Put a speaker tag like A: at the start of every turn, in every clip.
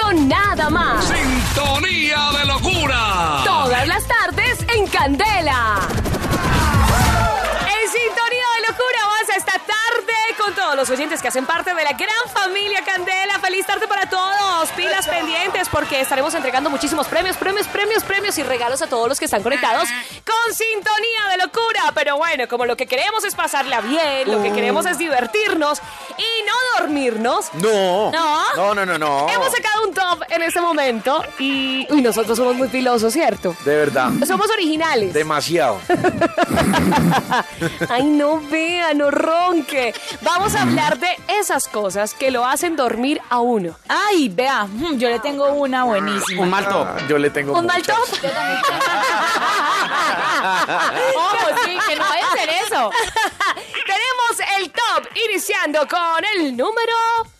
A: con nada más.
B: Sintonía de locura.
A: Todas las tardes en Candela. En sintonía de locura vamos a esta tarde con todos los oyentes que hacen parte de la gran familia Candela. Feliz tarde para todos. Pilas pendientes porque estaremos entregando muchísimos premios, premios, premios, premios y regalos a todos los que están conectados con sintonía de locura. Pero bueno, como lo que queremos es pasarla bien, lo que queremos es divertirnos y no dormirnos.
C: No.
A: No.
C: No, no, no, no.
A: Hemos sacado un top en este momento y uy, nosotros somos muy pilosos, ¿cierto?
C: De verdad.
A: Somos originales.
C: Demasiado.
A: Ay, no vea, no ronque. Vamos a hablar de esas cosas que lo hacen dormir a uno.
D: Ay, vea, mm, yo le tengo una buenísima.
E: Un mal top.
C: Ah, Yo le tengo
A: ¿Un mal
C: muchas.
A: top?
C: Oh,
D: Ojo, sí, que no vaya a hacer eso.
A: Tenemos el top, iniciando con el número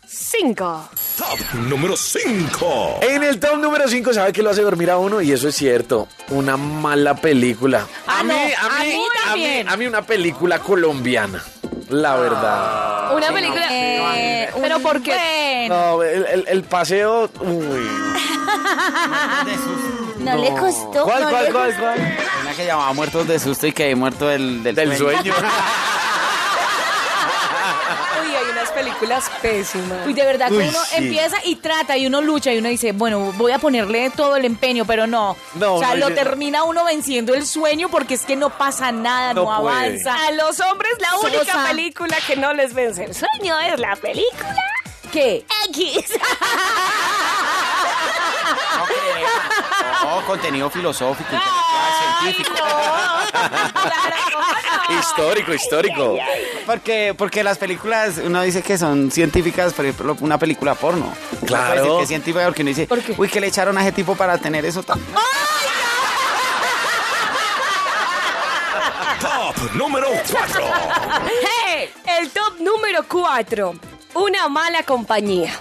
A: 5.
B: Top número 5.
C: En el top número 5 sabe que lo hace dormir a uno y eso es cierto. Una mala película.
D: Ah, no, a mí
C: a mí,
D: también.
C: a mí una película colombiana. La verdad.
A: Una película.
D: Eh,
A: Pero
D: un
A: ¿por qué?
D: buen-
C: No, el, el- el paseo. Uy.
D: No, le costó.
C: ¿Cuál,
D: no
C: cuál,
D: le
C: cuál,
D: costó.
C: cuál?
E: Una que llamaba muertos de susto y que muerto del, del,
C: Del sueño.
A: Uy, hay unas películas pésimas.
D: Uy, de verdad que
C: Uy,
D: uno
C: sí.
D: empieza y trata y uno lucha y uno dice, bueno, voy a ponerle todo el empeño, pero no.
C: No,
D: o sea,
C: no,
D: lo
C: yo-
D: termina uno venciendo el sueño porque es que no pasa nada, no,
C: No puede.
D: avanza.
A: A los hombres la única
D: Sosa.
A: película que no les vence el sueño es la película
D: ¿Qué?
A: X.
E: No, contenido filosófico, intelectual, Ah, científico.
C: histórico, histórico.
E: Porque, porque las películas, uno dice que son científicas, por ejemplo, una película porno. Uno
C: Claro.
E: puede decir que es científica porque uno dice,
D: ¿Por qué?
E: uy, que le echaron a ese tipo para tener eso tan...
B: Top número 4.
A: El top número 4. Una mala compañía.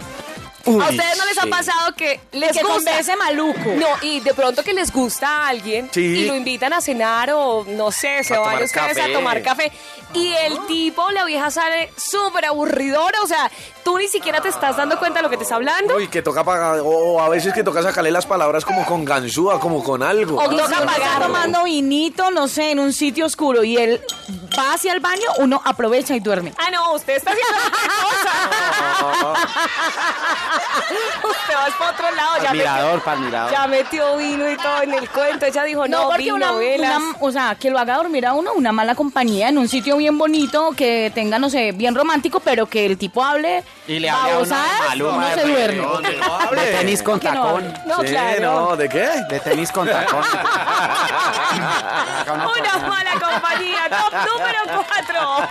C: Uy,
A: ¿A ustedes no les ha
C: sí.
A: pasado que les
D: que
A: gusta?
D: converse maluco.
A: No, y de pronto que les gusta a alguien
C: Sí.
A: y lo invitan a cenar o no sé, se
C: A
A: van
C: tomar
A: ustedes a
C: café.
A: tomar café y el tipo, la vieja sale súper aburridora, o sea, tú ni siquiera te estás dando cuenta de lo que te está hablando.
C: Uy, que toca pagar. O o a veces que toca sacarle las palabras como con ganzúa, como con algo.
A: O
D: Y
A: no
D: si uno está
A: pagar.
D: tomando vinito, no sé, en un sitio oscuro y él va hacia el baño, uno aprovecha y duerme.
A: Ah, no, usted está haciendo otra cosa. usted va para otro lado, ya
E: Al mirador,
A: metió,
E: para mirador.
A: ya metió vino y todo en el cuento. Ella dijo, no, vino, velas.
D: una- o sea, que lo haga dormir a uno, una mala compañía en un sitio bien bonito, que tenga, no sé, bien romántico, pero que el tipo hable
E: Y le habla a uno de
D: babosadas,
E: Maluma,
D: uno
E: de
D: se duerme.
E: Perreo, de-
C: hable.
E: De tenis con
D: Que no
E: tacón.
D: hable.
A: No,
C: Sí,
A: claro.
C: no, ¿de qué?
E: De tenis con tacón.
A: Una mala compañía, top número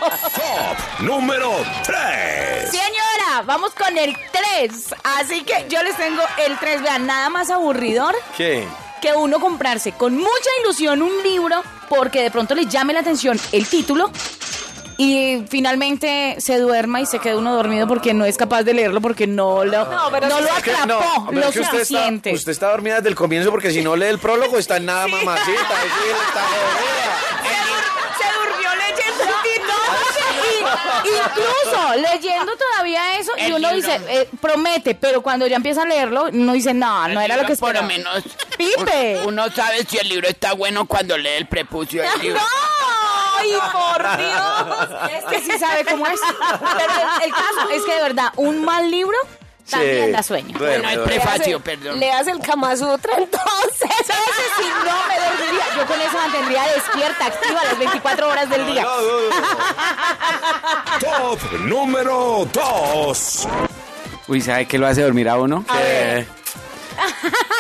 A: 4.
B: Top número 3.
D: Señora, vamos con el 3. Así que yo les tengo el 3. Vean, nada más aburridor
C: ¿Qué?
D: que uno comprarse con mucha ilusión un libro porque de pronto le llame la atención el título y finalmente se duerma y se queda uno dormido porque no es capaz de leerlo porque no lo,
A: No, pero
D: no
A: es
D: lo
C: que
D: atrapó
C: pero
D: lo
C: es que usted está-
D: suficiente.
C: usted está dormida desde el comienzo porque si no lee el prólogo está en nada mamacita. sí, está dormida.
A: Se durmió leyendo el
D: Y- incluso leyendo todavía eso y uno dice, eh, promete, pero cuando ya empieza a leerlo, uno dice, no, no era lo que
F: Por
D: esperaba.
F: lo menos.
D: ¡Pipe!
F: Uno sabe si el libro está bueno cuando lee el prepucio del libro.
A: ¡Ay, por Dios!
D: Es que sí sabe cómo es. Pero el, el caso es que de verdad, un mal libro también
C: Sí,
D: da sueño.
C: duerme,
F: Bueno, el
C: duerme.
F: prefacio, perdón.
A: Leas el Kama Sutra entonces.
D: Ese sí no me dormiría. Yo con eso mantendría despierta, activa las 24 horas del día.
B: Top número 2.
E: Uy, ¿sabe qué lo hace dormir a uno?
C: ¿Qué?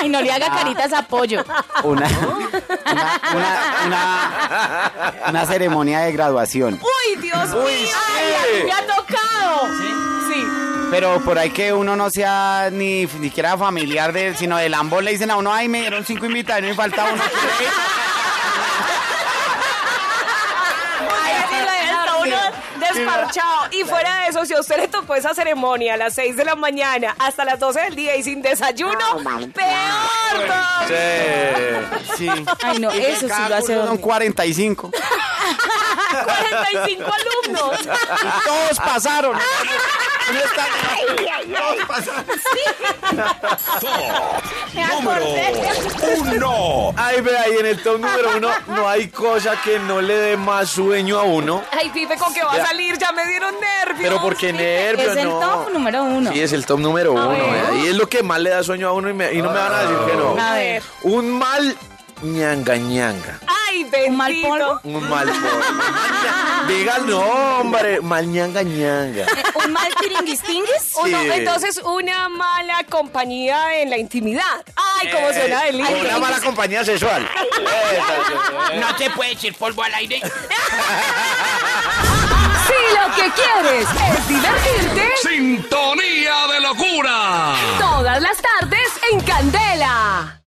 D: Ay, no le haga caritas a pollo.
E: Una, una, una, una- una ceremonia de graduación.
A: ¡Uy, Dios mío!
C: Uy,
A: Ay,
C: sí.
A: ¡Me ha tocado! Sí.
E: Pero por ahí que uno no sea ni f- ni siquiera familiar de, sino del ambos le dicen a uno, ay, me dieron cinco invitados y me faltaba uno.
A: Ay, sí, lo dejaron uno desparchado. Y fuera de eso, si a usted le tocó esa ceremonia a las 6 de la mañana hasta las 12 del día y sin desayuno, peor todavía.
C: Sí.
E: Sí.
D: Ay, no, eso sí lo hace
E: Son
D: dormir.
E: 45.
A: 45 alumnos.
E: Y todos pasaron. Uno está-
A: Sí.
B: Número uno.
C: Ay, vea, y en el top número uno no hay cosa que no le dé más sueño a uno.
A: Ay, Pipe, con que va a salir, ya me dieron nervios.
C: Pero porque nervios,
D: Es el
C: no.
D: top número uno.
C: Sí, es el top número uno.
A: ver.
C: eh, Y es lo que más le da sueño a uno y, me- y no me van a decir que no.
D: A ver.
C: Un mal ñanga ñanga.
A: Ay, bendito.
D: mal polvo?
C: Un mal polvo. Diga no, hombre. Mal ñanga ñanga.
D: ¿Un mal tiringuistinguis?
A: O Oh, no,
C: Sí.
A: entonces una mala compañía en la intimidad. Ay, cómo suena
C: Eh,
A: de lindo.
C: o Una mala compañía sexual.
F: No te puede decir polvo al aire.
A: Si lo que quieres es divertirte,
B: Sintonía de locura.
A: todas las tardes en Candela.